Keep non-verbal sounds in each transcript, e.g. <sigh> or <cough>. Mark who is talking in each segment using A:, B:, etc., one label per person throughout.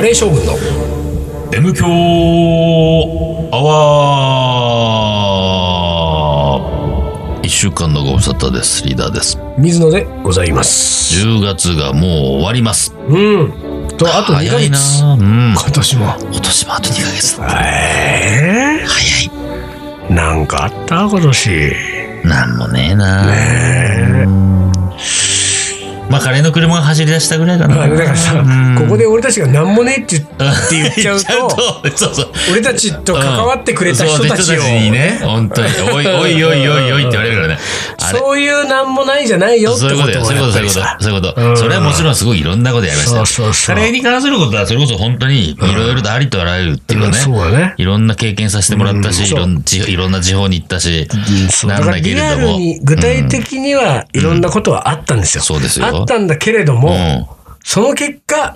A: 名将軍の
B: M 強アワー一週間のご無沙汰です。リーダーです。
A: 水野でございます。
B: 10月がもう終わります。
A: うん。と、あと2ヶ
B: 早いな
A: 月。
B: うん。
A: 今年も。
B: 今年もあと2ヶ月だ。
A: え
B: 早い。
A: えなんかあった今年。
B: なんもねえなうんまあ、カレーの車が走り出したぐらいかな。
A: あのだからさ
B: うん、
A: ここで俺たちがなんもねえって言って言っちゃう
B: <laughs> 言っ
A: と、
B: そうそう。
A: 俺たちと関わってくれた人たち
B: そう
A: を、
B: 人にね、本当に、おいおいおいおいおいって言われるからね。あれ
A: そういうなんもないじゃないよって
B: そういう
A: こ
B: こと
A: と
B: よ、
A: を
B: そういうこ
A: やっ
B: と、そ
A: ぱりさ、。
B: ういうことそういうこ
A: うん
B: と。それはもちろんすごいいろんなことやりました
A: そう
B: よ。
A: そうそ
B: カ
A: う。
B: レーに関することは、それこそ本当に、いろいろとありとあらゆるっていうか
A: うんそうだね
B: ね、いろんな経験させてもらった
A: うん
B: し、いろん地いろんな地方に行ったし
A: うん、そう
B: な
A: だ
B: ん
A: から
B: だけ
A: リ
B: れ
A: ア
B: ど
A: ル
B: も。
A: に具体的にはいろんなことはあったんですよ。
B: そうですよ
A: あったんだけれど
B: う
A: も、
B: ん。
A: その結果、
B: う。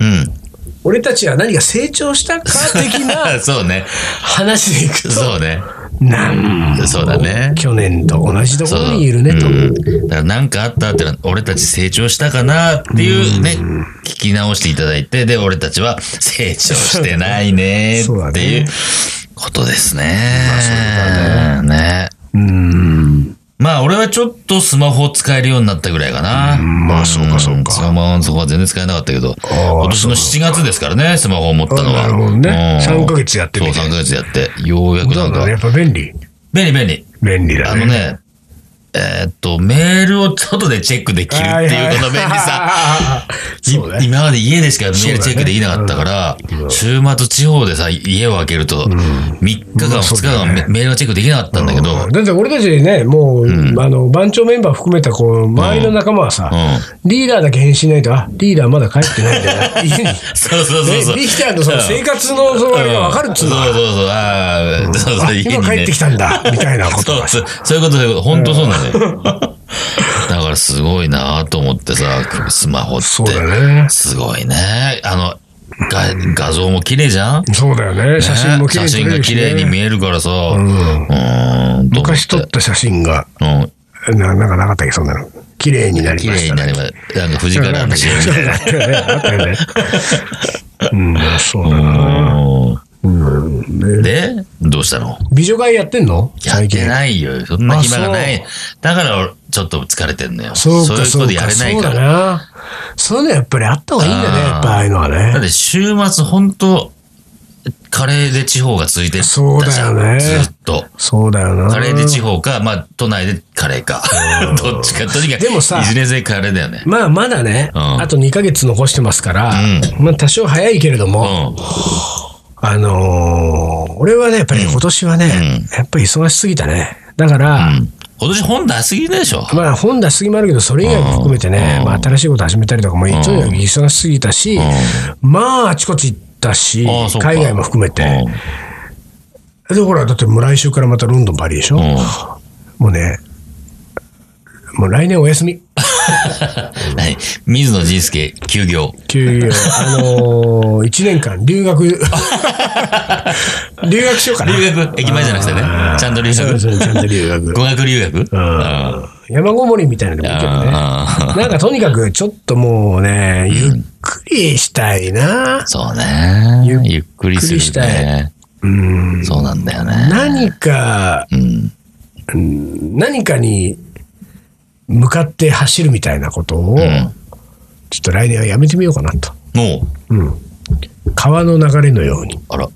A: 俺たちは何か成長したか的なん
B: <laughs> そうね。
A: 話でいくと、
B: そうね。
A: なんも
B: そうだね
A: 去年と同じとこ
B: そう
A: ろにいるねと。
B: うんだから何かあったってのは俺たち成長したかなっていうね、聞き直していただいて、で、俺たちは成長してないね
A: そうだ
B: って
A: ね
B: いうことですね。まあ、ね。
A: うん。
B: まあ、俺はちょっとスマホ使えるようになったぐらいかな。
A: まあそうかそうか
B: んスマホのそこは全然使えなかったけど、
A: あ
B: 今年の7月ですからね、スマホを持ったのは。
A: あなるほどね
B: うん
A: 三ヶ月やってみて
B: そう、3ヶ月やって。ようやく
A: そ
B: な
A: うんだ
B: か
A: ね。や、っぱ便利。
B: 便利便利。
A: 便利だ
B: あ
A: ね。
B: のね、えーっと、メールを外でチェックできるっていうこの便利さ。
A: さ。そうね。
B: い今まで家でしかメールチェックできなかったから、週末地方でさ、家を開けると、3日間、
A: まあ
B: 2
A: そう
B: 日
A: だよ
B: 間
A: ね
B: メメールをチェックできなかったんだけど、う
A: <laughs>
B: ん。
A: だって俺たちね、もう、あの、番長メンバー含めた、こう、周りの仲間はさ、リーダーだけ返信ないと、あ、リーダーまだ帰ってないんだな、
B: <laughs>
A: 家に。
B: そうそうそうそう。
A: ねリーダーのその生
B: 活
A: 活のそのあれが分かるっつうの
B: そう
A: は、
B: そうそう。ああ、そう
A: あ
B: そう、
A: 今帰ってき
B: た。
A: たんだ、みたいなこと
B: そ
A: が
B: うそうそういうこと、そういうこと。本当そうなのよ。だからすごいなと思ってさ、スマホって。
A: そうだね。
B: すごいね。あの、が画像も綺麗じゃん、ね
A: そうだよね。写真も綺麗
B: 写
A: に撮れ
B: 真が
A: るし
B: 綺
A: ね
B: 麗に見えるからさ。うんーん。と思って
A: 昔撮った写真が、
B: うん。
A: ななんかなかったっけ、そんなの。綺麗になり
B: 綺
A: ま
B: 麗
A: した
B: にな
A: ね。
B: れば、なんか藤
A: な
B: 原
A: ん
B: の
A: か
B: CM み
A: 綺
B: た
A: 麗
B: い
A: に
B: な
A: なったよねあったよね。うん、そうだな。 <laughs>
B: うんで、どうしたの
A: 美女会やってんの
B: やっ
A: 最近
B: て。ないよ。そんな暇がな
A: あ
B: い。だから、ちょっと疲れてんのよ。
A: そう
B: そう
A: か、
B: いうこ
A: そ
B: と
A: う
B: でや
A: か。
B: れな
A: そ
B: いうか
A: だ
B: ら。
A: な。そういうのやっぱりあった方がいいんだね、
B: あー
A: やっぱああいうのは
B: だっ
A: ね。
B: て週末、ほんと、カレーで地方が続いてたじゃん
A: そうだよね
B: ずっと。
A: そうだよな。
B: カレーで地方か、まあ、都内でカレーか。 <laughs> どっちか、とにかく、
A: でもさ
B: いずれにせよカレーだよね。
A: まあまだね、
B: うん
A: あと2ヶ月残してますから、まあ多少早いけれど
B: う
A: も、
B: ん。
A: あのー俺はね、やっぱり今年はね、やっぱり忙しすぎたね。だから、
B: うん今年本出しすぎでしょ。
A: まあ本出しすぎもあるけど、それ以外も含めてね、
B: うん
A: まあ新しいこと始めたりとかも、とにかく忙しすぎたし、まああちこち行ったし
B: ああ、そうか
A: 海外も含めて。
B: うん
A: で、ほら、だってもう来週からまたロンドン、パリでしょ、
B: うん
A: もうね、もう来年お休み。
B: はい。水野仁介、休業。
A: 給与、あのー、1年間留
B: <laughs>
A: 学、留学しようかな。
B: 留学、駅前じゃなくてね。ちゃんと留
A: そうそう
B: 学。
A: ちゃんと留学。
B: 語学留学うん
A: 山ごもりみたいなのでもいいけどね。
B: うん
A: なんかとにかくちょっともうね、ゆっくりしたいな。
B: そうね。
A: ゆっくり
B: ゆっくりするね。
A: うん、
B: そうなんだよね。
A: 何か、
B: うん。
A: 何かに向かって走るみたいなことを、
B: ん
A: ちょっと来年はやめてみようかなと。
B: もう、
A: 川の流れのように。
B: あら。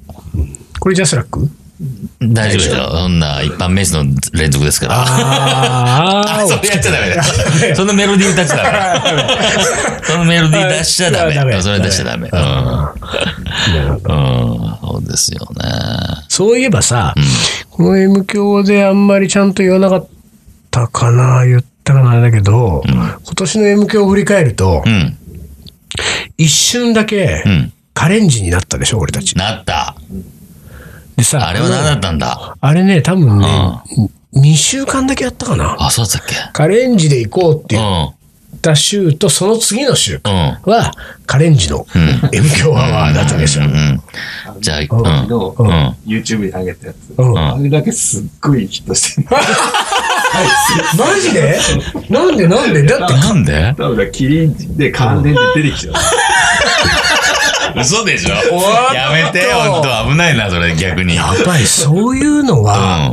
A: これジャスラック
B: 大丈夫ですよ。そんな一般名詞の連続ですから。
A: <laughs> あ
B: それやっちゃダメだよ。 <laughs> そのメロディー出しちゃダ <laughs> メ。そのメロディー出しちゃダ
A: ダメ
B: メ。それ出しちゃダメ。うん。うん。そうですよね。
A: そういえばさ、この M 教であんまりちゃんと言わなかったかな、言ったかなあれだけど、今年の M 教を振り返ると、
B: うん。
A: 一瞬だけ
B: うん。
A: カレンジになったでしょ、俺たち。
B: なった。
A: でさ、
B: あれは何だったんだ
A: あれね、多分ね、2週間だけやったかな。
B: あ、そうだったっけ
A: カレンジで行こうって
B: う
A: 言っ
B: ん。
A: た週と、その次の週
B: うん。
A: は、カレンジの M 教アワーだったわけですよ
B: う。ん。じゃあ、うん。
C: の、
B: うん。
C: YouTube に上げたやつ。
A: うん
C: あれだけすっごいヒットしてる。
A: マジでなんでなんでだって
B: なんで
C: 多分だ、キリンで関連で出てきちゃう。
B: 嘘でしょ
A: わっと
B: <laughs> やめてよ、本当危ないな、それ、逆に。うん。
A: やっぱりそういうのは
B: あ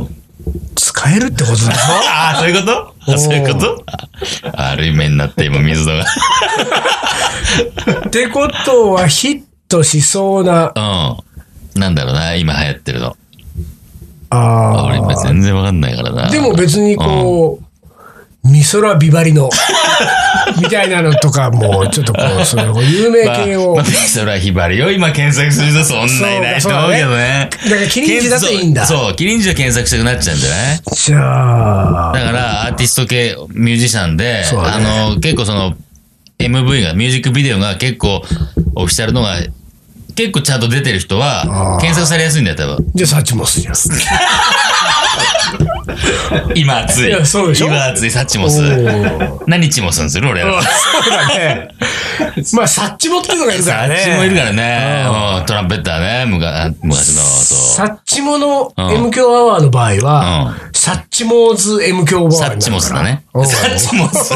A: 使えるってことだな。
B: あ、そういうことあそういうことあ悪い目になって、今、水野が。
A: ってことはヒットしそうな、
B: うん。なんだろうな、今流行ってるの。あ俺
A: あ
B: 今全然わかんないからな。
A: ーでも別にこう、美空ビバリの、みたいなのとかも、ちょっとこう、そういう有名
B: まあ、
A: 系を
B: まあ、。それはひばりを今検索するとそんないないと思うけどね。
A: そうだそうだねだからキリンジだといいんだ
B: そうそう、キリンジは検索したくなっちゃうんじゃない
A: じゃあ、
B: だから、アーティスト系、ミュージシャンで、
A: そうだね
B: あの、結構その、MV が、ミュージックビデオが結構、オフィシャルのが、結構ちゃんと出てる人は
A: あ、ー
B: 検索されやすいんだよ、多分。
A: じゃあサチモスじゃん。
B: 今熱い。
A: いやそうでしょ
B: 今熱い、サッチモス
A: お。ー
B: 何日もすんする
A: <laughs>
B: 俺ら。
A: そうだね。まあ、サッチモっていうのがいるか
B: サ
A: らね。
B: ッチもいるからね。うんトランペッターね、むか昔の、そう。
A: サッチモの
B: うん
A: M 強アワーの場合は、サッチモーズ M 強アワーになるから
B: サッチモスだね。
A: うん
B: サッチモス。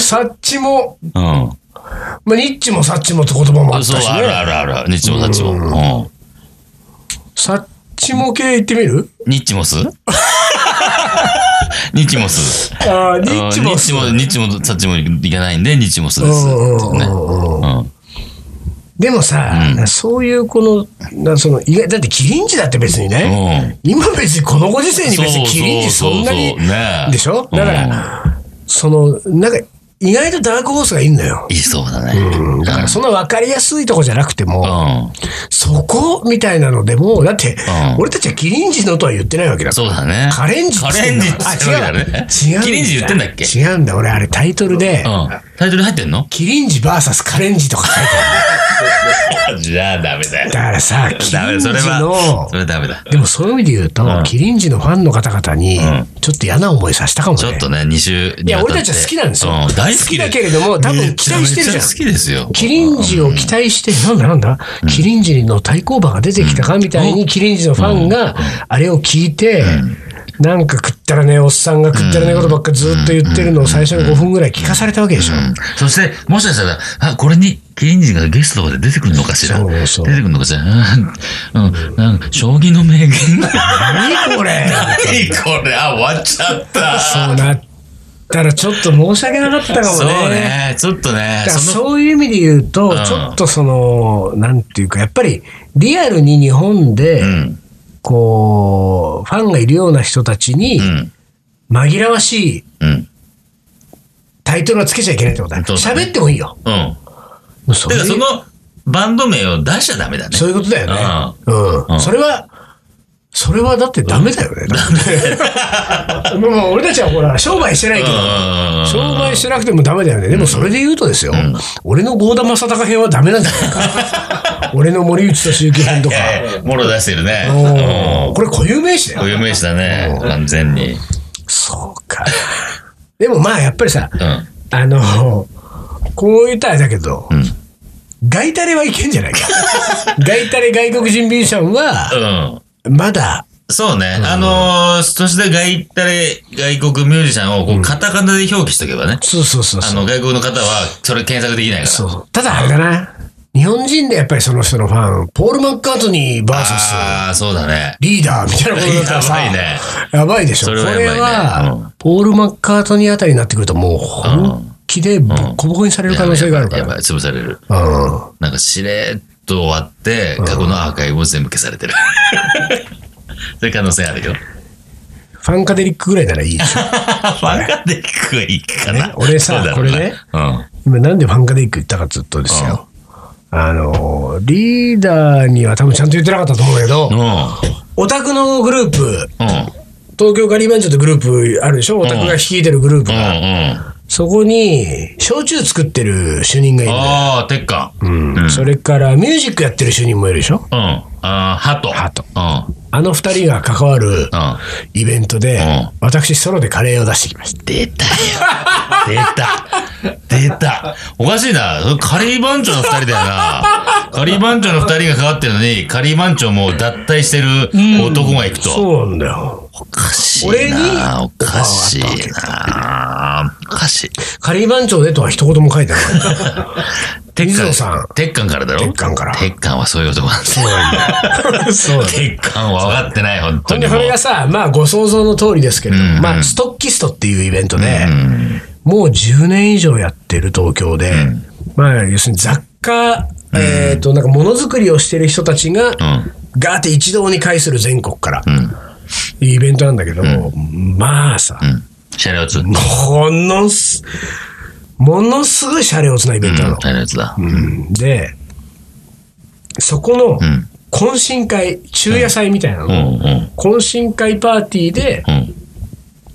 A: サッチも、
B: うん。
A: まあ、ニッチもサッチもって言葉もあったし
B: そう、
A: ね。
B: あるあるあるある。ニッチモサッチモ。うん。
A: サッチも系言ってみる
B: ニッチ <laughs> モスニッチモス。
A: ああ、ニ
B: うん
A: ッチも。
B: ニッチモ、ニッチモサッチモいけないんで、ニッチモスです。
A: うんうんうんうん
B: ねうん
A: でもさ、そういうこの、なその、意外、だってキリンジだって別にね、
B: うん。
A: 今別にこのご時世に別にキリンジそんなに
B: そうそうそうそうね
A: でしょだから、その、なんか、意外とダークホースがいいんだよ。
B: いいそうだね。うん。
A: だからそんな分かりやすいとこじゃなくても、
B: うん。
A: そこみたいなのでもう、だって、
B: うん
A: 俺たちはキリンジのとは言ってないわけだから。
B: そうだね。
A: カレンジっ
B: カ
A: つって
B: レ
A: ん
B: ン
A: だ
B: ジっ
A: か
B: て
A: ら
B: 言ってんだからね。
A: あ違う違うんだ
B: キリンジ言ってんだっけ
A: 違うんだ、俺あれタイトルで、
B: うん。タイトル入ってんの
A: キリンジ VS カレンジとか書いてあ
B: じゃあダメだよ
A: る。。だからさ、キ
B: <laughs> ダメ
A: リン
B: だ、
A: ジ
B: それは。
A: の
B: そ、れはダメだ。
A: でもそういう意味で言うと、
B: ん
A: キリンジのファンの方々に
B: ん、
A: ちょっと嫌な思いさせたかもね。
B: ちょっとね、2週
A: いや、俺たちは好きなんですよ。
B: うん、大好き
A: だけれども、多分期待してるじゃん
B: めちゃめち。好きですよ。
A: キリンジを期待して、なんだなんだ、キリンジの対抗馬が出てきたかみたいに、キリンジのファンが、あれを聞いて、なんか食ったらねえおっさんが食ったらねえことばっかずっと言ってるのを最初の5分ぐらい聞かされたわけでしょ。
B: そして、もしかしたら、あ、これに、キリンジがゲストとかで出てくるのかしら
A: そうそう
B: 出てくるのかしらうんうん、なんか、将棋の名言。
A: 何これ
B: 何これあ、終わっちゃった。
A: そうなったらちょっと申し訳なかったかも
B: そう
A: ね。
B: ね。ちょっとね
A: だ、から
B: その、
A: そういう意味で言うと、
B: うん
A: ちょっとその、なんていうか、やっぱりリアルに日本で、
B: うん、
A: こう、ファンがいるような人たちに
B: う、ん、
A: 紛らわしい
B: うん、
A: タイトルはつけちゃいけないってことだ。
B: そうだね
A: 喋ってもいいよ。
B: うん。
A: そ
B: だ
A: うい
B: からそうの、バンド名を出しちゃダメだね。
A: そういうことだよね。うん。
B: うん
A: それは、それはだってダメだよね。だって <laughs> もう俺たちはほら、商売してないけど。
B: うん
A: 商売してなくてもダメだよね。でもそれで言うとですよ、俺の郷田正孝編はダメなんじ
B: <laughs>
A: ゃないか。俺の森内俊之編とか。
B: ええもろ出してるね。
A: お
B: う
A: ーこれ固有名詞だ
B: ん。
A: よ。
B: 有名詞だね、完全に。
A: そうか。でもまあやっぱりさ、
B: うん。
A: あの、こう言ったらあれだけど、
B: ん
A: ガイタレはいけんじゃないか。 <laughs> ガイタレ外国人ミュージシャンは、
B: うん。
A: まだ、
B: そうね。あのー、そして外ったれ外国ミュージシャンをこうカタカナで表記しとけばね。
A: そうそうそう
B: あ
A: そう。
B: の、外国の方はそれ検索できないから。
A: そうそうただあれだな。日本人でやっぱりその人のファン、ポール・マッカートニー VS
B: ああ、そうだね。
A: リーダーみたいなことになったらさ、
B: やばいね
A: やばいでしょ。
B: そ
A: こ
B: れ
A: れ
B: は
A: は、
B: やばいねうん
A: ポール・マッカートニーあたりになってくるともう本気でボッコボコにされる可能性があるか
B: やば
A: ら。
B: い、潰される。
A: うん
B: なんかしれっと終わって、過去のアーカイブを全部消されてる。 <laughs> そういう可能性あ
A: <laughs>
B: るよ。
A: ファンカデリックぐらいならいいでしょ。
B: ファンができくいいか
A: ね
B: な。
A: 俺さ
B: そうだ
A: こ
B: ろう
A: れ
B: な
A: ね。
B: うん。
A: 今なんでファンカデリック言ったかずっとですよ。あの、リーダーには多分ちゃんと言ってなかったと思うけど、
B: う
A: オタクのグループ、
B: ん。うん。
A: 東京ガリバンチョってグループあるでしょオタクが率いてるグループ
B: うん。
A: が。
B: うん。
A: そこに、焼酎作ってる主任がいるのよ。
B: ああ、鉄管。うん。
A: うんそれからミュージックやってる主任もいるでしょ
B: ああ、ハト。
A: ハト
B: うん。
A: あの二人が関わる
B: うん。
A: イベントで、
B: うん
A: 私ソロでカレーを出してきました。
B: 出 <laughs> たよ。出た。出た。おかしいな。カリー番長の二人だよな。カリー番長の二人がかかってるのに、カリー番長も脱退してる男が行くと。
A: そうなんだよ。
B: おかしい
A: 俺に
B: な。おかしいな。お歌詞。
A: カリー番長でとは一言も書いてな
B: <laughs>
A: かった。
B: 鉄
A: 水
B: 管
A: 野さん。
B: 鉄管からだろ
A: 鉄管から
B: 鉄管はそういう男なんです
A: そ
B: よ。
A: う
B: 鉄管は分かってない、本当
A: ほん
B: に
A: で、
B: も
A: こ
B: う。
A: れがさ、まあ、ご想像の通りですけれども、
B: うん
A: まあ、ストッキストっていうイベントで、もう10年以上やってる東京で、まあ、要するに雑貨、えっと、なんか、ものづくりをしてる人たちが、
B: ん
A: ガーって一堂に会する全国から、イベントなんだけど、まあさ、
B: うん。シャレオツ。うん、
A: ものす、ものすごいシャレオツなイベン
B: シ
A: トなの。
B: ャレオツだ。
A: うんで、そこの
B: ん
A: 懇親会、昼夜祭みたいな
B: うん、
A: の、
B: うん、
A: 懇親会パーティーで
B: うん、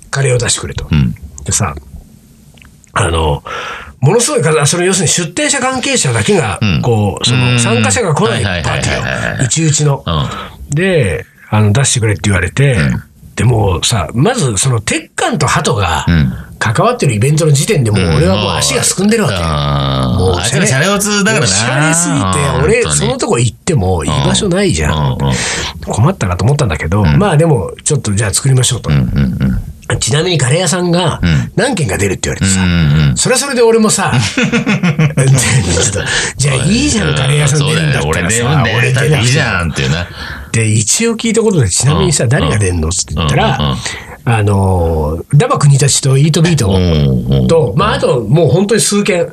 A: カレーを出してくれと
B: う。ん。
A: でさ、あの、ものすごい数、それ要するに出店者関係者だけが
B: うん、
A: こう、そうの
B: ん
A: 参加者が来ないパーティ
B: はいはいはいはい
A: ー
B: は
A: を、
B: いう
A: ちうちの。
B: う
A: で、あの、出してくれって言われて、でもうさ、まずその鉄管と鳩が
B: ん。
A: 関わってるイベントの時点でもうん俺はもう足がすくんでるわけ。
B: あ
A: もう
B: あ足がシャレオツだからな。
A: おしゃれすぎ
B: うん
A: て、俺、その
B: 本
A: とこ行っても居場所ないじゃん。
B: 当に
A: 困ったなと思ったんだけど、まあでも、ちょっとじゃあ作りましょうと。
B: うん、うん、うん、うん。
A: ちなみにカレー屋さんが何軒か出るって言われてさ、
B: うんうん
A: それはそれで俺も
B: <laughs>
A: さ、ちょっとじゃあいいじゃん、カレー屋さん出るんだっ
B: そう
A: た
B: よ
A: ら
B: ね
A: さ、
B: 俺出るんだ
A: なく
B: よ。
A: て
B: いいじゃんっていうな。
A: で、一応聞いたことで、ちなみにさ、
B: うん
A: 誰が出んのって言った
B: うんう
A: ら、あのー、ダバ国たちとイートビー
B: う
A: ト
B: ん、うん。
A: と、まああともう本当に数軒。
B: うん。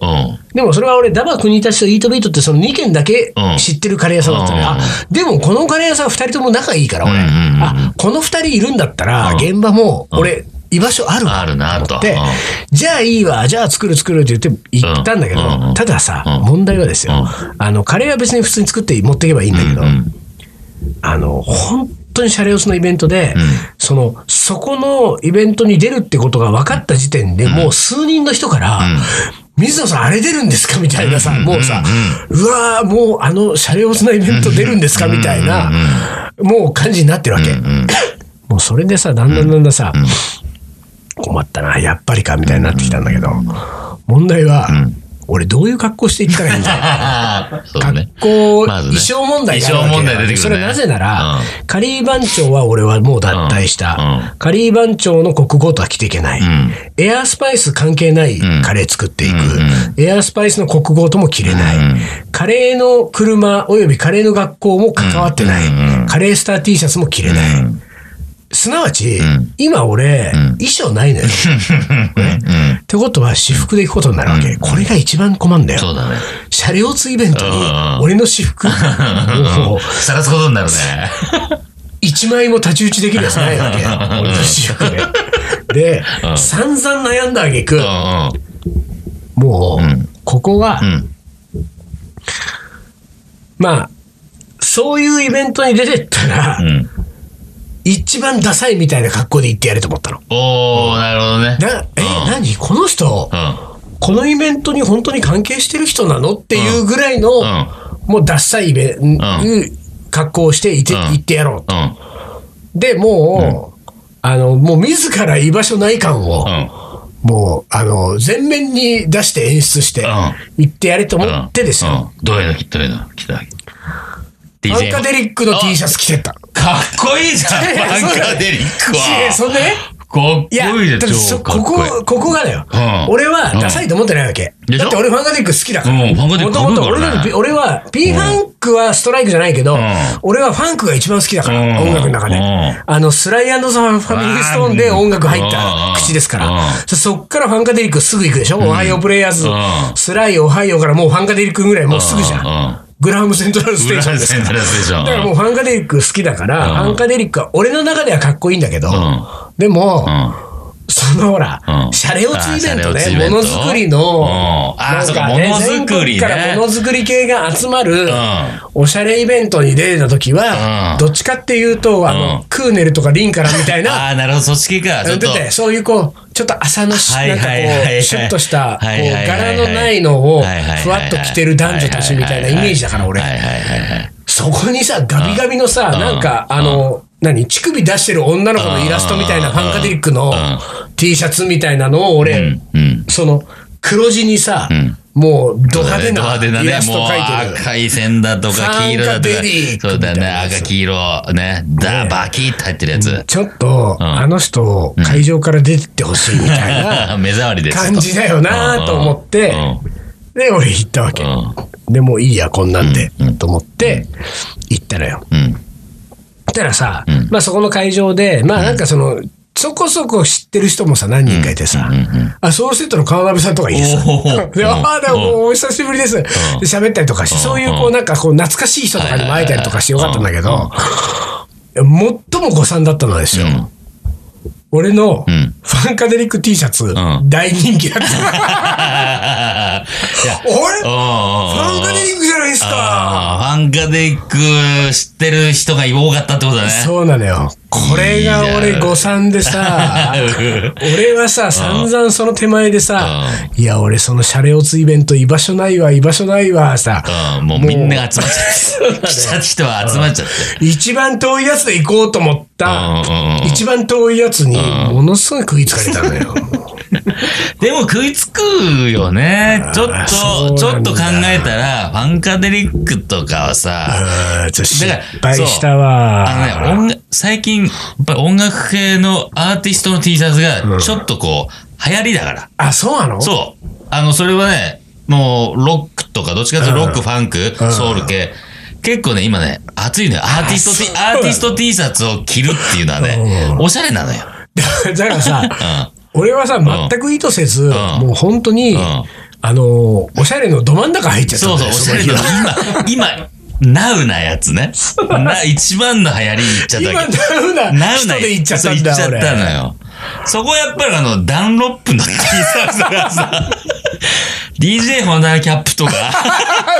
A: でもそれは俺、ダバ国たちとイートビートってその2軒だけ
B: うん
A: 知ってるカレー屋さんだったね。
B: うん
A: あ、でもこのカレー屋さん2人とも仲いいから、俺。
B: うんうんうんうん
A: あ、この2人いるんだったら、
B: うん
A: 現場も俺、居場所ある
B: あるなと。
A: で
B: うん
A: じゃあいいわ、じゃあ作る作るって言って行ったんだけど、
B: うんうん
A: たださ、
B: うん
A: 問題はですよ、
B: う
A: あの、カレーは別に普通に作って持っていけばいいんだけど、
B: うんうん
A: あの、本当にシャレオスのイベントで、
B: ん
A: その、そこのイベントに出るってことが分かった時点で、もう数人の人から、水野さんあれ出るんですかみたいなさ、もうさ、うわーもうあのシャレオスのイベント出るんですかみたいな、もう感じになってるわけ。
B: うん
A: もうそれでさ、だんだんだんだんさ、困ったな、やっぱりか、みたいになってきたんだけど、問題は、俺どういう格好していったらいいんだろう。
B: そうね
A: 格。好、
B: まずね
A: 衣装問題があるわけ
B: 衣装問題出てくるね
A: それはなぜなら、
B: う
A: カリー番長は俺はもう脱退した。
B: うんうん
A: カリー番長の国語とは着ていけない。
B: ん
A: エアースパイス関係ないカレー作っていく。エアースパイスの国語とも着れない。
B: うん
A: カレーの車及びカレーの学校も関わってない。
B: うん
A: カレースター T シャツも着れない。
B: うん
A: すなわち、
B: ん
A: 今俺、衣装ないのよ。ってことは私服で行くことになるわけ。これが一番困るんだよ。
B: そうだね。
A: 車両ツイベントに
B: うんうん、
A: 俺の私
B: <laughs>
A: 服、もう、
B: 探すことになるね。
A: 一枚も太刀打ちできるやつないわけ。俺の私服で。で、散々悩んだあげく
B: う、んうん
A: も
B: ん
A: う、ここは、
B: ん
A: まあ、そういうイベントに出てったら、
B: ん
A: 一番ダサいみたいな格好で行ってやると思ったの。
B: おー、なるほどね。
A: なえ、何この人、このイベントに本当に関係してる人なのっていうぐらいの、
B: ん
A: もうダッサいイベント、格好をしていて、
B: うん
A: 行ってやろうと。
B: うん。うん。
A: で、もう、あの、もう自ら居場所ない感を、
B: うん。
A: もう、あの、全面に出して演出して、行ってやれと思
B: うん。
A: ってですよ。
B: うん。どういうのどういうの来た。
A: アンカ
B: DJ
A: デリックの T シャツ着てった。
B: かっこいいじゃん、
A: いや
B: バン
A: そうだよ
B: カーデリッ
A: い
B: ク
A: や
B: は。
A: そんでね
B: かっこ
A: いや、
B: いい
A: だって
B: じゃ
A: そ
B: ん、かっ
A: こ
B: こいい。
A: こ、ここがだよ。
B: うん
A: 俺はダサいと思ってないわけ。
B: でしょ
A: だって俺ファンガデリック好きだから。
B: うんファンガデリッ
A: も
B: ク
A: と
B: かっこい
A: も
B: い
A: と
B: から
A: 俺
B: ね
A: の、俺は、P ファンクはストライクじゃないけど、
B: ん
A: 俺はファンクが一番好きだから、
B: うん
A: 音楽の中で。
B: うん
A: あの、スライアンドザ・ファミリーストーンで音楽入った口ですから。
B: うん
A: そっからファンガデリックすぐ行くでしょ、オハイオプレイヤーズ、
B: うん
A: スライオハイオからもうファンガデリックぐらいもうすぐじゃん。
B: うんうん
A: グラハムセントラルステーションです
B: セン
A: か
B: ト
A: ら
B: ラ。ルステーション。
A: だからもうファンカデリック好きだから、
B: うん
A: ファンカデリックは俺の中ではかっこいいんだけど、
B: ん
A: でも、
B: うん
A: そのほら、
B: うん
A: シャレオツイベント
B: あーシャレオツイベ
A: ね、
B: ン
A: も
B: ト
A: のづくり
B: うん
A: の、
B: あー
A: なん
B: そうかものづくりね
A: 全国からものづくり系が集まる、
B: ん
A: おしゃれイベントに出た時は、
B: うん
A: どっちかっていうと、あの、
B: うん
A: クーネルとかリンからみたいな、
B: <laughs> ああ、なるほど、組織か。ち
A: だ
B: ょっ
A: っ
B: と。
A: てそういうこう、ちょっと朝のし、
B: は
A: ないんかこ
B: はいはいは
A: う、
B: い
A: シュッとした、こう、
B: はいはいはいは
A: 柄
B: い
A: のないのを、
B: はいはいはいはい
A: ふわっと着てる男女たちみたいなイメージだから、俺
B: はい。はいはいはい。
A: そこにさ、ガビガビのさ、
B: うん
A: なんか、あの、何乳首出してる女の子のイラストみたいな、
B: うん
A: ファンカデリックの
B: うん
A: T シャツみたいなのを俺、
B: うん。うん。
A: その、黒地にさ、
B: ん
A: もうド派手
B: ド
A: な
B: 派手な
A: イ
B: ね
A: ラ、ス
B: もう
A: ト描いてる。
B: 赤い線だとか黄色だと
A: 三角ベリー
B: か、そうだね、赤黄色、ね、ダバキって入ってるやつ。
A: ちょっと、
B: ん
A: あの人、会場から出てってほしいみたいな
B: <laughs> 目障りですと。
A: 感じだよなと思って、で、俺行ったわけ。でもういいや、こんなんで、と思って、行ったのよ。
B: うん。うん。
A: ったらさ、まあそこの会場で、まあなんかその、そこそこ知ってる人もさ、何人かいてさ、あ、ソウルセットの川鍋さんとかいてさ、
B: おー
A: <laughs> で、
B: うん
A: ああ、でもお久しぶりです。で、喋ったりとかして、そういうこうなんかこう懐かしい人とかにも会えたりとかしてよかったんだけど、最も誤算だったのはですよ。
B: うん
A: 俺の
B: うん
A: ファンカデリック T シャツ、
B: ん
A: 大人気だっ
B: <laughs>
A: た。
B: いや
A: 俺
B: う
A: ファ
B: ん
A: ンカデリックじゃないですか
B: あーファンカデリック知ってる人が多かったってことだね。
A: そうなのよ。これが俺誤算で
B: <laughs>
A: さ、俺はさ、散々その手前でさ、いや、俺そのシャレオツイベント居場所ないわ、居場所ないわ、さ、
B: うん、もうみんなが集まっちゃって。来た人は集まっちゃって。
A: 一番遠いやつで行こうと思った、
B: うんうんうん
A: 一番遠いやつに、ものすごい食いつかれたのよ。
B: <laughs> でも食いつくよね。ちょ
A: あー
B: っ
A: そうなんだ
B: と、ちょっと考えたら、ファンカデリックとかはさ、
A: あーちょっと失
B: だから
A: 敗したわ。
B: あのね、音楽最近、やっぱり音楽系のアーティストの T シャツが、ちょっとこう、流行りだから。
A: あ、そうなの
B: そう。あの、それはね、もう、ロックとか、どっちかというとロック、ファンク、ソウル系。結構ね、今ね、熱いのよ。アーティスト T、アーティスト T シャツを着るっていうのはね、おしゃれなのよ。
A: だから
B: <laughs>
A: さ、
B: うん。
A: 俺はさ、全く意図せず、もう本当に、
B: ん
A: あのー、おしゃれのど真ん中入っちゃった
B: そ
A: ん
B: う
A: だ
B: そう、
A: よ
B: おしゃれな
A: その日は
B: の。今、今、ナウなやつね。な一番の流行りに行っちゃった
A: 今、
B: わ
A: ナ
B: け。
A: ウな
B: ナウ
A: 人
B: な
A: で行っちゃった
B: そ
A: ん
B: う行
A: だ
B: っちゃっ
A: 俺。
B: たのよ。そこやっぱりあの、ダンロップの T シャツがさ、DJ ホンダのキャップとか、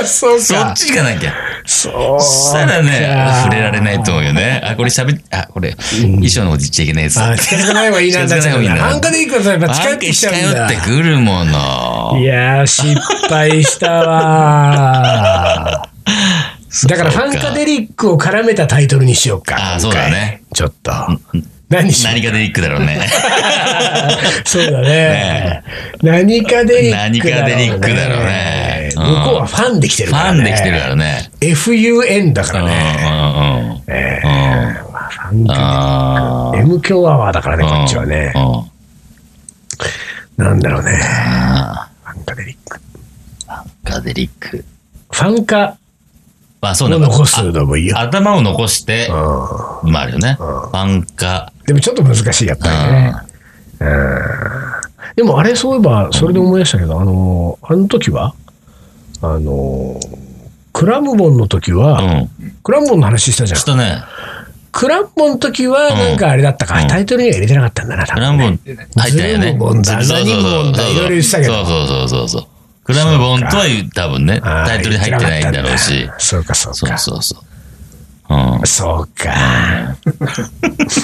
A: あ <laughs> そう
B: <laughs> そっ
A: か。
B: ち行かなきゃ。
A: そう。
B: そしたらね、触れられないと思うよね。あ、これ喋っ、あ、これ、衣装のこと言っちゃいけないやつ。
A: あ近づかない方がいいな、
B: 近づかない方がいいな
A: ハンカで行くとやっぱ近寄ってきちゃうん
B: 近寄
A: だ
B: って。くるもの。
A: いやー、失敗したわー。だから、フ
B: <laughs> そうか
A: ァンカデリックを絡めたタイトルにしようか。
B: あ
A: 今回
B: ーそうだね。
A: ちょっと。何しよう
B: 何がデリックだろう
A: <laughs>
B: ね。
A: そうだね。何かデリックだろうね。
B: 何かデリックだろうね
A: 向こうはファンできてる
B: フ
A: から
B: ァ
A: ね。
B: ンできてるからね。
A: FUN だからね。
B: うんうんうん。
A: え
B: うん
A: ーまあファンカ
B: ああ。
A: M 強アワーだからね、こっちはね
B: う。んうん
A: なんだろうね。
B: あ
A: ファンカデリック。
B: ーガデリック。
A: ファンカ
B: まあそう
A: を
B: ね。
A: 残すのもいいよ
B: あ。頭を残して、
A: う
B: まああるよね。ファンカ。
A: んでもちょっと難しい、やっぱりね。でもあれ、そういえば、それで思い出したけど、あのー、あの時は、あのー、クラムボンの時
B: うん。
A: は、
B: うん。
A: クラムボンの話したじゃん
B: ちょっ。とね、
A: クラムボンの時は、なんかあれだったか、
B: うん
A: タイトルには入れてなかったんだな、多
B: クラ
A: 分
B: ム
A: ね、
B: ボン入ったよ
A: ズル
B: ね。
A: ムボンだ
B: そうそう
A: ザニムボ
B: そ
A: ン
B: う
A: だ
B: そう
A: いろいろ言ってたけど
B: そうそうそうそう。クラムボンとは言う多分ね、
A: あー
B: タイトルに入ってないんだろう
A: 入って
B: し
A: な。かったんだそうか、そう
B: そ
A: か
B: う。そうそう。うん。
A: そうか。 <laughs>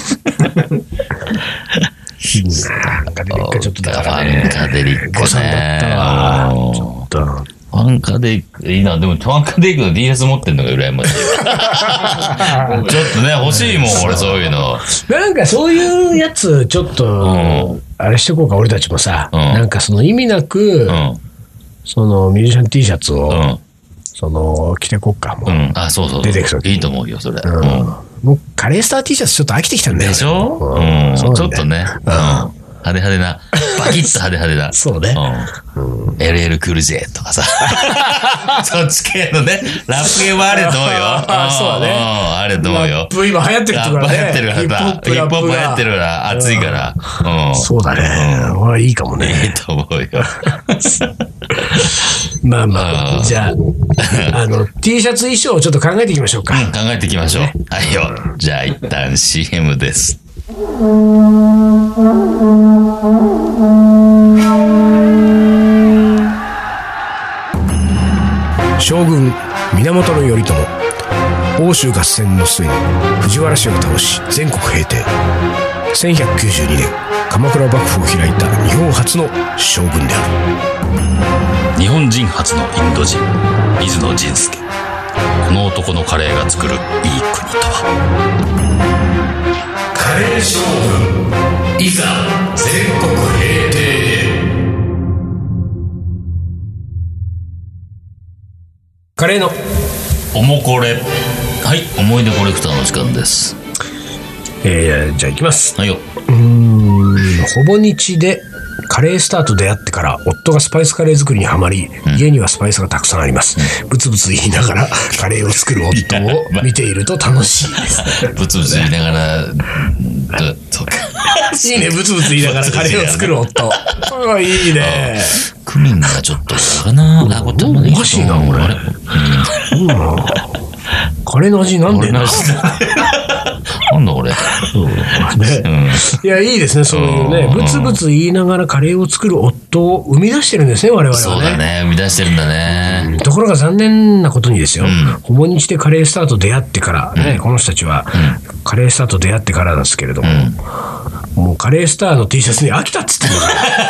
A: なんかで一回ちょっとだからね。
B: ファンカデリックね。
A: 誤算だったわ。ちょっと。
B: ファンカデイク、いいな、でもファンカデイクの DS 持ってんのが羨ま
A: <laughs>
B: しい。ちょっとね、欲しいもん、俺そういうの。
A: なんかそういうやつ、ちょっ
B: う
A: と、あれしてこうか、俺たちもさ、
B: うん
A: なんかその意味なく
B: う、ん。
A: そのミュージシャン T シャツを、
B: う
A: その、着てこっか、もう。
B: ん。うん。あ、そうそう。
A: 出てく時
B: いいと思うよ、それ。
A: うん
B: うん。
A: もうカレースター T シャツちょっと飽きてきたんだよ。
B: でしょ
A: う
B: うんん。ち
A: そ
B: ょ
A: う
B: っ
A: なんだ
B: とね。うん。派手派手な。バキッと派手派手
A: <laughs>
B: な。
A: そうね。
B: うん。LL クール J とか
A: <laughs>
B: さ。そっち系のね、ラップ系はあれと思うよ。
A: あそうだね
B: んんあれと思うよ
A: ラッ。プ今流行ってる
B: ラ
A: と
B: ッ
A: ころ
B: プ
A: ね。
B: 流行ってるから
A: ヒップホ
B: さ
A: ッ。プ
B: ヒップホップ流
A: ラ
B: 行
A: ッ
B: って
A: プが
B: るから、熱いから。うん。
A: そうだね。俺はいいかも
B: いい
A: ね。
B: と思うよ。
A: まあま
B: う
A: あ、
B: ん
A: じ
B: <laughs>
A: ゃあ、あの、T シャツ衣装をちょっと考えていきましょうか。
B: 考えていきましょう。はいよ。じゃあ一旦 CM です。
A: 将軍源頼朝欧州合戦の末に藤原氏を倒し全国平定1192年鎌倉幕府を開いた日本初の将軍である
B: 日本人初のインド人、水野仁介。この男のカレーが作るいい国とは。
A: カレー将
B: いざ、全国平定へ。
A: カレーの、
B: おもこれ。はい、思い出コレクターの時間です。
A: えー、じゃあ行きます。
B: はいよ。
A: うーん、ほぼ日でカレースターと出会ってから夫がスパイスカレー作りにはまり、家にはスパイスがたくさんあります。ブツブツ言いながらカレーを作る夫を見ていると楽しいです。
B: ぶつぶつ言いながら、うんそうか。
A: いいね、ブツブツ言いながらカレーを作る夫。 <laughs> うんいいね。
B: クミンがちょっと、あれな、あ、これもね
A: おかしいなこれ
B: あれ
A: うんカレーの味なんで
B: 俺
A: な
B: の味だ。なんだこれ。
A: ねいや、いいですね、そういうね
B: う。ん
A: ブツブツ言いながらカレーを作る夫を生み出してるんですね、我々はね。
B: そうだね、生み出してるんだね。
A: ところが残念なことにですよ、ほぼ日でカレースターと出会ってから、ねこの人たちは、カレースターと出会ってからなんですけれども、もうカレースターの T シャツに飽きたっつってんの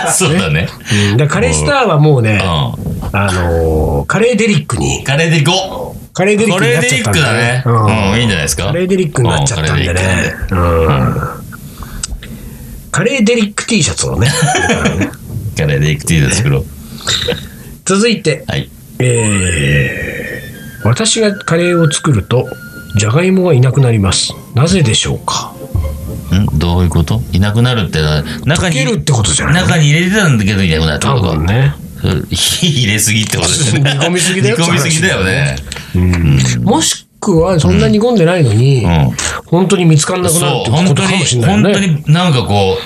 A: か
B: そうだね。
A: らうんだからカレースターはもうね、
B: う
A: あのーカレーデリックに
B: ん。、カレーで5。
A: カレーデリッ
B: こ
A: クに
B: れ
A: なっ
B: デ
A: ちゃ
B: リ
A: っ
B: ッ
A: たん
B: ク
A: で
B: だね。
A: うん
B: うん、いいんじゃないですか。
A: カレーデリックになっちゃったんで
B: うんカレーデリッ
A: ね
B: ク。
A: うんカレーデリック T シャツをね。
B: <laughs> カレーでいくティーですけど。
A: 続いて、
B: はい。
A: えー私がカレーを作るとじゃがいもがいなくなりますなぜでしょうか
B: んどういうこといなくなるってのは、
A: 溶
B: 中に、
A: けるってことじゃない
B: 中に入れてたんだけどいなくなるってこ
A: 多
B: とか
A: 分。ね、
B: それ火入れすぎってことですね。
A: 煮込みすぎだよ
B: 煮込みすぎだよね。
A: もしくはそんな煮込んでないのに、
B: うん
A: 本当に見つかんなくなるっ
B: そ
A: て
B: う、
A: こ
B: 本
A: と
B: 当
A: か
B: に、
A: もしれないよ
B: 本
A: ね
B: 当になんかこ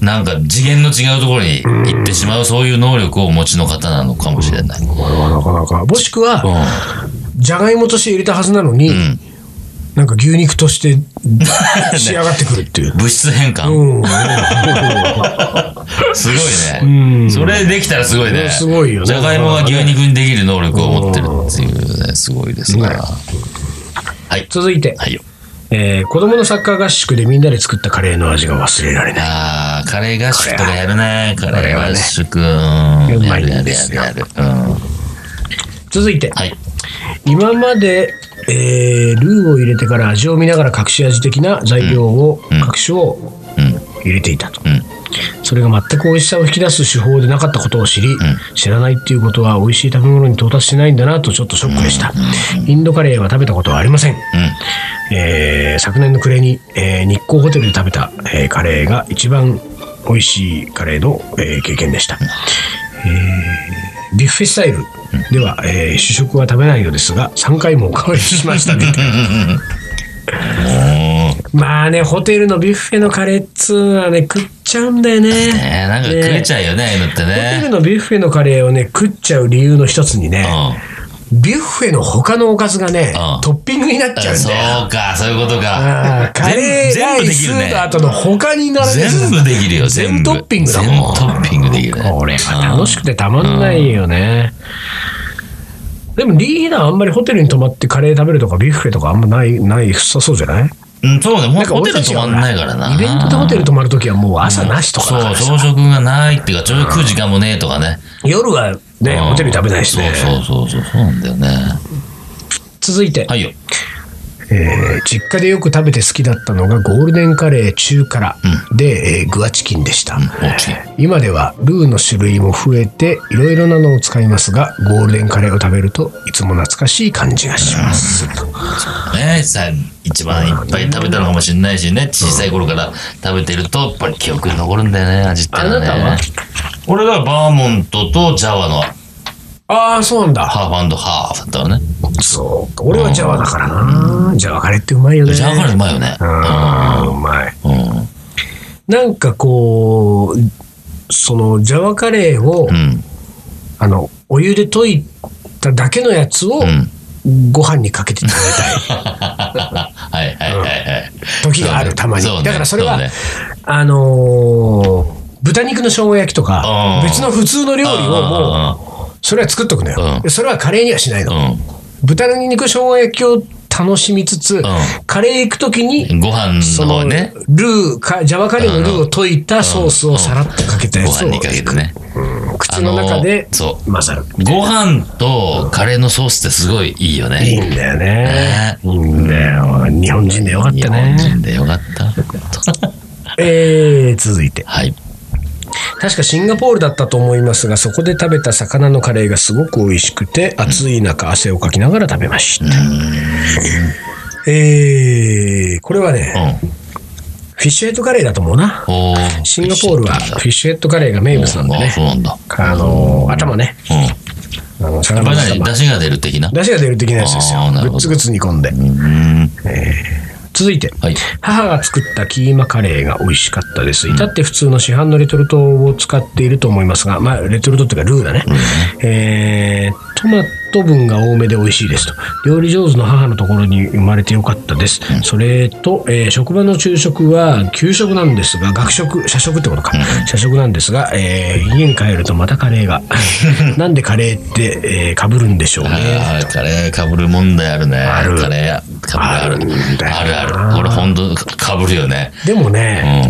B: う、なんか次元の違うところに行ってしまう、そういう能力をお持ちの方なのかもしれない。
A: これはなかなかもしくは、
B: う
A: じゃがいもとして入れたはずなのに、
B: ん
A: なんか牛肉として仕上がってくるっていう。
B: <laughs> ん。物質変換。
A: うん、
B: すごいね。それできたらすごいね。
A: すごいよね
B: じゃがいもが牛肉にできる能力を持ってるっていうね、すごいですから。はい。
A: 続いて、
B: はいよ。
A: えー子供のサッカー合宿でみんなで作ったカレーの味が忘れられない。
B: あーカレー合宿とかやるね。カ
A: れ
B: レ
A: は
B: ー
A: ね
B: 合宿。うん
A: うま
B: や
A: い
B: るや
A: ん
B: る
A: で
B: や
A: す
B: る
A: よ
B: やる。うん
A: 続いて、
B: はい。
A: 今まで、えールーを入れてから味を見ながら隠し味的な材料を、隠しを
B: うん。
A: 入れていたと、
B: ん
A: それが全く美味しさを引き出す手法でなかったことを知り、知らないっていうことは美味しい食べ物に到達してないんだなとちょっとショックでした、インドカレーは食べたことはありません、 <laughs> えー昨年の暮れに、えー日光ホテルで食べた、えーカレーが一番美味しいカレーの、えー経験でした、えービュッフェスタイルでは、えー主食は食べないのですが3回もおかわりしましたね
B: うん。
A: <laughs> まあねホテルのビュッフェのカレーっつうのはね食っちゃうんだよね
B: ねえ、なんか食えちゃうよね、ああいうのって
A: ホテル
B: ね。
A: のビュッフェのカレーをね、食っちゃう理由の一つにね、
B: う
A: ビュッフェの他のおかずがね、
B: うん
A: トッピングになっちゃ
B: ん。
A: うん
B: そ
A: だよ。
B: うか、そういうこと
A: あ
B: か
A: ー。カレー、ラ
B: 全部
A: イ
B: でき
A: ス
B: るね
A: の。後の他に並べて
B: 全部できるよ、全部。
A: トッピングだもん。
B: 全部トッピングできるね。
A: これは楽しくてたまんないよね。でもリーダーあんまりホテルに泊まってカレー食べるとかビュッフェとかあんまない、ない、さそうじゃない
B: うん、そうね、ほんホ
A: 俺
B: テ
A: た
B: ル
A: ち
B: 泊
A: は
B: まんないからな。
A: イベントでホテル泊まるときはもう朝なしとかだか
B: そう、
A: らさ
B: 朝食がないっていうか、ちょうど食う時間もねえとかね。
A: 夜はね、
B: うん
A: ホテル食べないしね。
B: そうそうそうそう、そうなんだよね。
A: 続いて、
B: はいよ。
A: えー実家でよく食べて好きだったのがゴールデンカレー中辛で、えーグアチキンでした、
B: 大きい。
A: 今ではルーの種類も増えていろいろなのを使いますがゴールデンカレーを食べるといつも懐かしい感じがします、
B: ね、さ一番いっぱい食べたのかもしれないしね、小さい頃から食べてると、やっぱり記憶に残るんだよね、味ってのね。
A: あなたは
B: 俺がバーモントとジャワの
A: ああそうなんだ
B: ハーフハーフだったのね。
A: そうか俺はジャワだからなジャワカレーってうまいよね
B: ジャワカレーうまいよね。
A: あーうまい
B: うん。
A: なんかこうそのジャワカレーを、
B: うん。
A: あのお湯で溶いただけのやつを、
B: うん。
A: ご飯にかけて食べたい
B: はいはいはいはい。
A: 時があるたまに、
B: そうね
A: だからそれは
B: そうね
A: あのー豚肉の生姜焼きとか
B: うん
A: 別の普通の料理をも
B: う
A: うそれは作っとくのよ、
B: うん
A: でそれはカレーにはしないの、
B: ん。
A: 豚の肉生姜焼きを楽しみつつ、カレー行く時
B: う
A: に
B: ん。ご飯
A: そ
B: の
A: の
B: 方
A: ル
B: ね。
A: ーかジャワカレーのルーを溶いたソースをさらっとかけた
B: ご
A: やつ
B: 飯
A: を
B: にかけてね。
A: 口の中で
B: あのそう
A: 混ざる
B: ご飯とカレーのソースってすごいいいよね。
A: いいんだよね
B: ね
A: いいんだよ日本人でよかった
B: 日
A: ね
B: 本人でよかった。
A: えー、続いて
B: はい。
A: 確かシンガポールだったと思いますが、そこで食べた魚のカレーがすごく美味しくて、暑い中汗をかきながら食べました。えー、これはね、
B: うん。
A: フィッシュヘッドカレーだと思うな。
B: おー
A: シンガポールはフィッシュヘッドカレーが名物なんで
B: あ
A: ね
B: そ。うなんだ。
A: あのー頭ね。
B: うん。
A: あの、魚
B: やっぱ
A: の
B: り何
A: 頭。
B: 出汁が出る的な。
A: 出汁が出る的なやつですよ
B: あーな。るほ
A: ぐ
B: ど
A: つぐつ煮込んで。
B: うん。
A: 続いて。
B: はい。
A: 母が作ったキーマカレーが美味しかったです。至って普通の市販のレトルトを使っていると思いますが、まあ、レトルトっていうかルーだね。えー、トマト分が多めで美味しいですと。料理上手の母のところに生まれてよかったです。それと、えー職場の昼食は給食なんですが、学食、社食ってことか。社食なんですが、えー家に帰るとまたカレーが。 <laughs> なんでカレーって、えー、かぶるんでしょうね。
B: あーカレーかぶる問題あるね。あ
A: る
B: カレーかぶるある。
A: あるんだよな
B: あるある。これほんとかぶるよね。
A: でも
B: う
A: ね、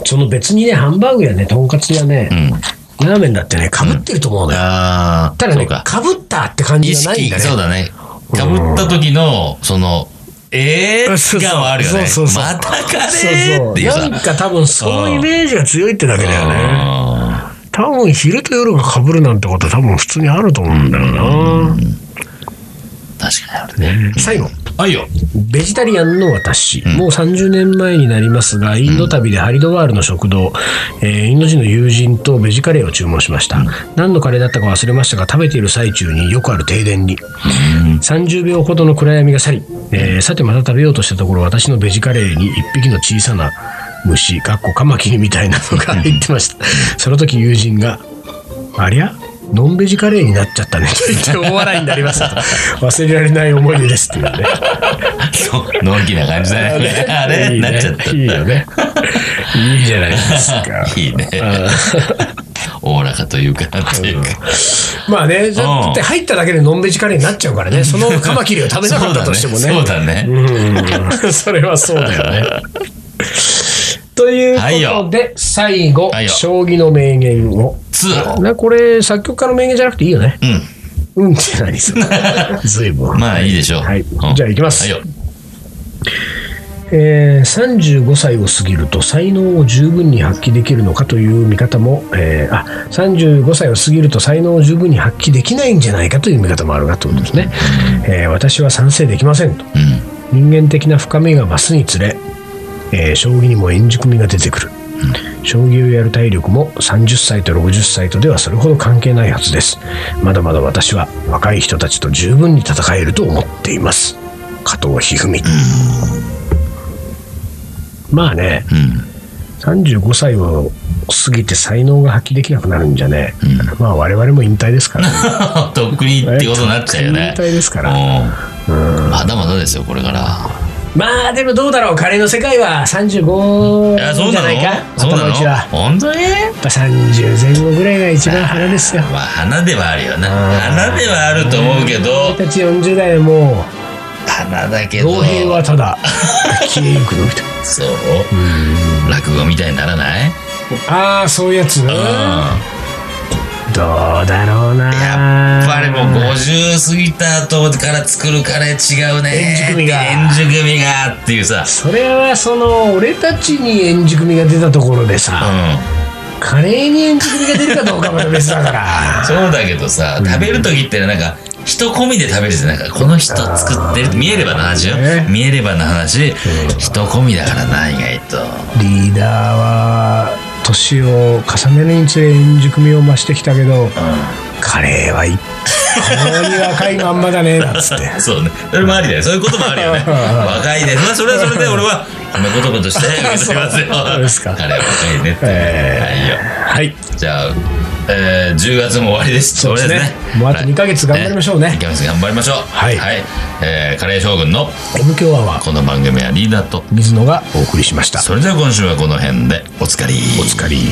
B: ん。
A: その別にね、ハンバーグやね、とんかつやね、
B: うん。
A: ラーメンだってね、かぶってると思うのよ。
B: ああ。
A: ただ
B: そ
A: ね、
B: うか
A: かぶったって感じ
B: 意
A: がないん
B: 識
A: だ、ね。
B: そうだね。かぶった時の、その、え
A: そうそう
B: ー感はあるよね。
A: そうそうそう
B: またカ
A: そう
B: レーっていう
A: そう。
B: さ。
A: なんか多分そのイメージが強いってだけだよね。
B: あ
A: 多分昼と夜がかぶるなんてことは多分普通にあると思うんだよな。
B: ー確かにあるね。
A: 最後。
B: あ、いいよ。
A: ベジタリアンの私、もう30年前になりますが、インド旅でハリドワールの食堂、えーインド人の友人とベジカレーを注文しました、何のカレーだったか忘れましたが、食べている最中によくある停電に。30秒ほどの暗闇が去り、えーさてまた食べようとしたところ、私のベジカレーに1匹の小さな虫、かっこカマキリみたいなのが入ってました。その時友人が、ありゃノンベジカレーになっちゃったねと言って大笑いになりましたと。忘れられない思い出ですっていうね。
B: そうのんきな感じだね。 <laughs> あれ
A: いいね
B: なっちゃった。
A: いいよね。いいじゃ <laughs> ないですか。
B: いいね。おおらかというか、なんていうか。
A: まあね、だ
B: うん
A: って入っただけでノンベジカレーになっちゃうからね、そのカマキリを食べなかったとしてもね。
B: そうだね。そうだね
A: うんそれはそうだよね。という
B: はい
A: こと
B: よ
A: で、最後
B: はい、よ
A: 将棋の名言を。
B: つ
A: なこれ、作曲家の名言じゃなくていいよね。
B: う
A: うんって何それ。
B: <laughs>
A: ずいぶ
B: ん。
A: ん。
B: まあいいでしょう。
A: はい
B: うん
A: じゃあ行きます
B: はいよ。
A: えー35歳を過ぎると才能を十分に発揮できるのかという見方も、えーあ35歳を過ぎると才能を十分に発揮できないんじゃないかという見方もあるがということですね、えー私は賛成できませんと
B: うん。
A: 人間的な深みが増すにつれ、えー将棋にも円熟味が出てくる、将棋をやる体力も30歳と60歳とではそれほど関係ないはずですまだまだ私は若い人たちと十分に戦えると思っています加藤一二三まあね
B: うん。
A: 35歳を過ぎて才能が発揮できなくなるんじゃね、まあ我々も引退ですから、ね、
B: とっくに <laughs> ってことになっちゃうよね。
A: とっくに引退ですから
B: うん。まだまだですよ、これから。
A: まあでもどうだろう彼の世界は35
B: いや、そう
A: じゃ
B: な
A: ないか
B: のそうな
A: 頭打ちは
B: の本当に
A: やっぱ30前後ぐらいが一番花ですよ
B: <laughs> まあ、花ではあるよな。花ではあると思うけど、
A: 俺たち40代でも
B: 花だけ
A: う
B: ど、
A: 老兵はただ <laughs> 消えゆくのみと
B: そう落語みたいにならない
A: ああそういうやつどう
B: うん。や
A: だろうな
B: っぱりもう50過ぎた後から作るカレー違うね。
A: 円熟味が
B: 円熟味がっていうさ。
A: それはその俺たちに円熟味が出たところで
B: う
A: さ、
B: ん。
A: カレーに円熟味が出るかどうかまた別だから
B: そうだけどさ、食べる時ってなんか、人込みで食べるじゃんなんか、この人作ってる、見えればの話よ
A: ね。
B: 見えればの話、人込みだからな、意外と。
A: リーダーは年を重ねるにつれ円熟味を増してきたけど、カレーはいっこんなに若いまんまだ <laughs> ねなんつって
B: そうね。それもありだよ。そういうこともあるよね。
A: <laughs>
B: 若いね。まあそれはそれで俺は、褒め言葉として受け取りますよ。
A: <laughs> そうですか
B: あれ若いねって。
A: え
B: はいよ。
A: はい
B: じゃあ、えー、10月も終わりです。
A: そうですね
B: 終わり
A: もうあと2ヶ月頑張りましょうね
B: 2ヶ月頑張りましょう。
A: はい
B: えーカレー将軍の
A: M 強アワー
B: この番組はリーダーと
A: 水野がお送りしました
B: それでは今週はこの辺でおつかり。おつかり。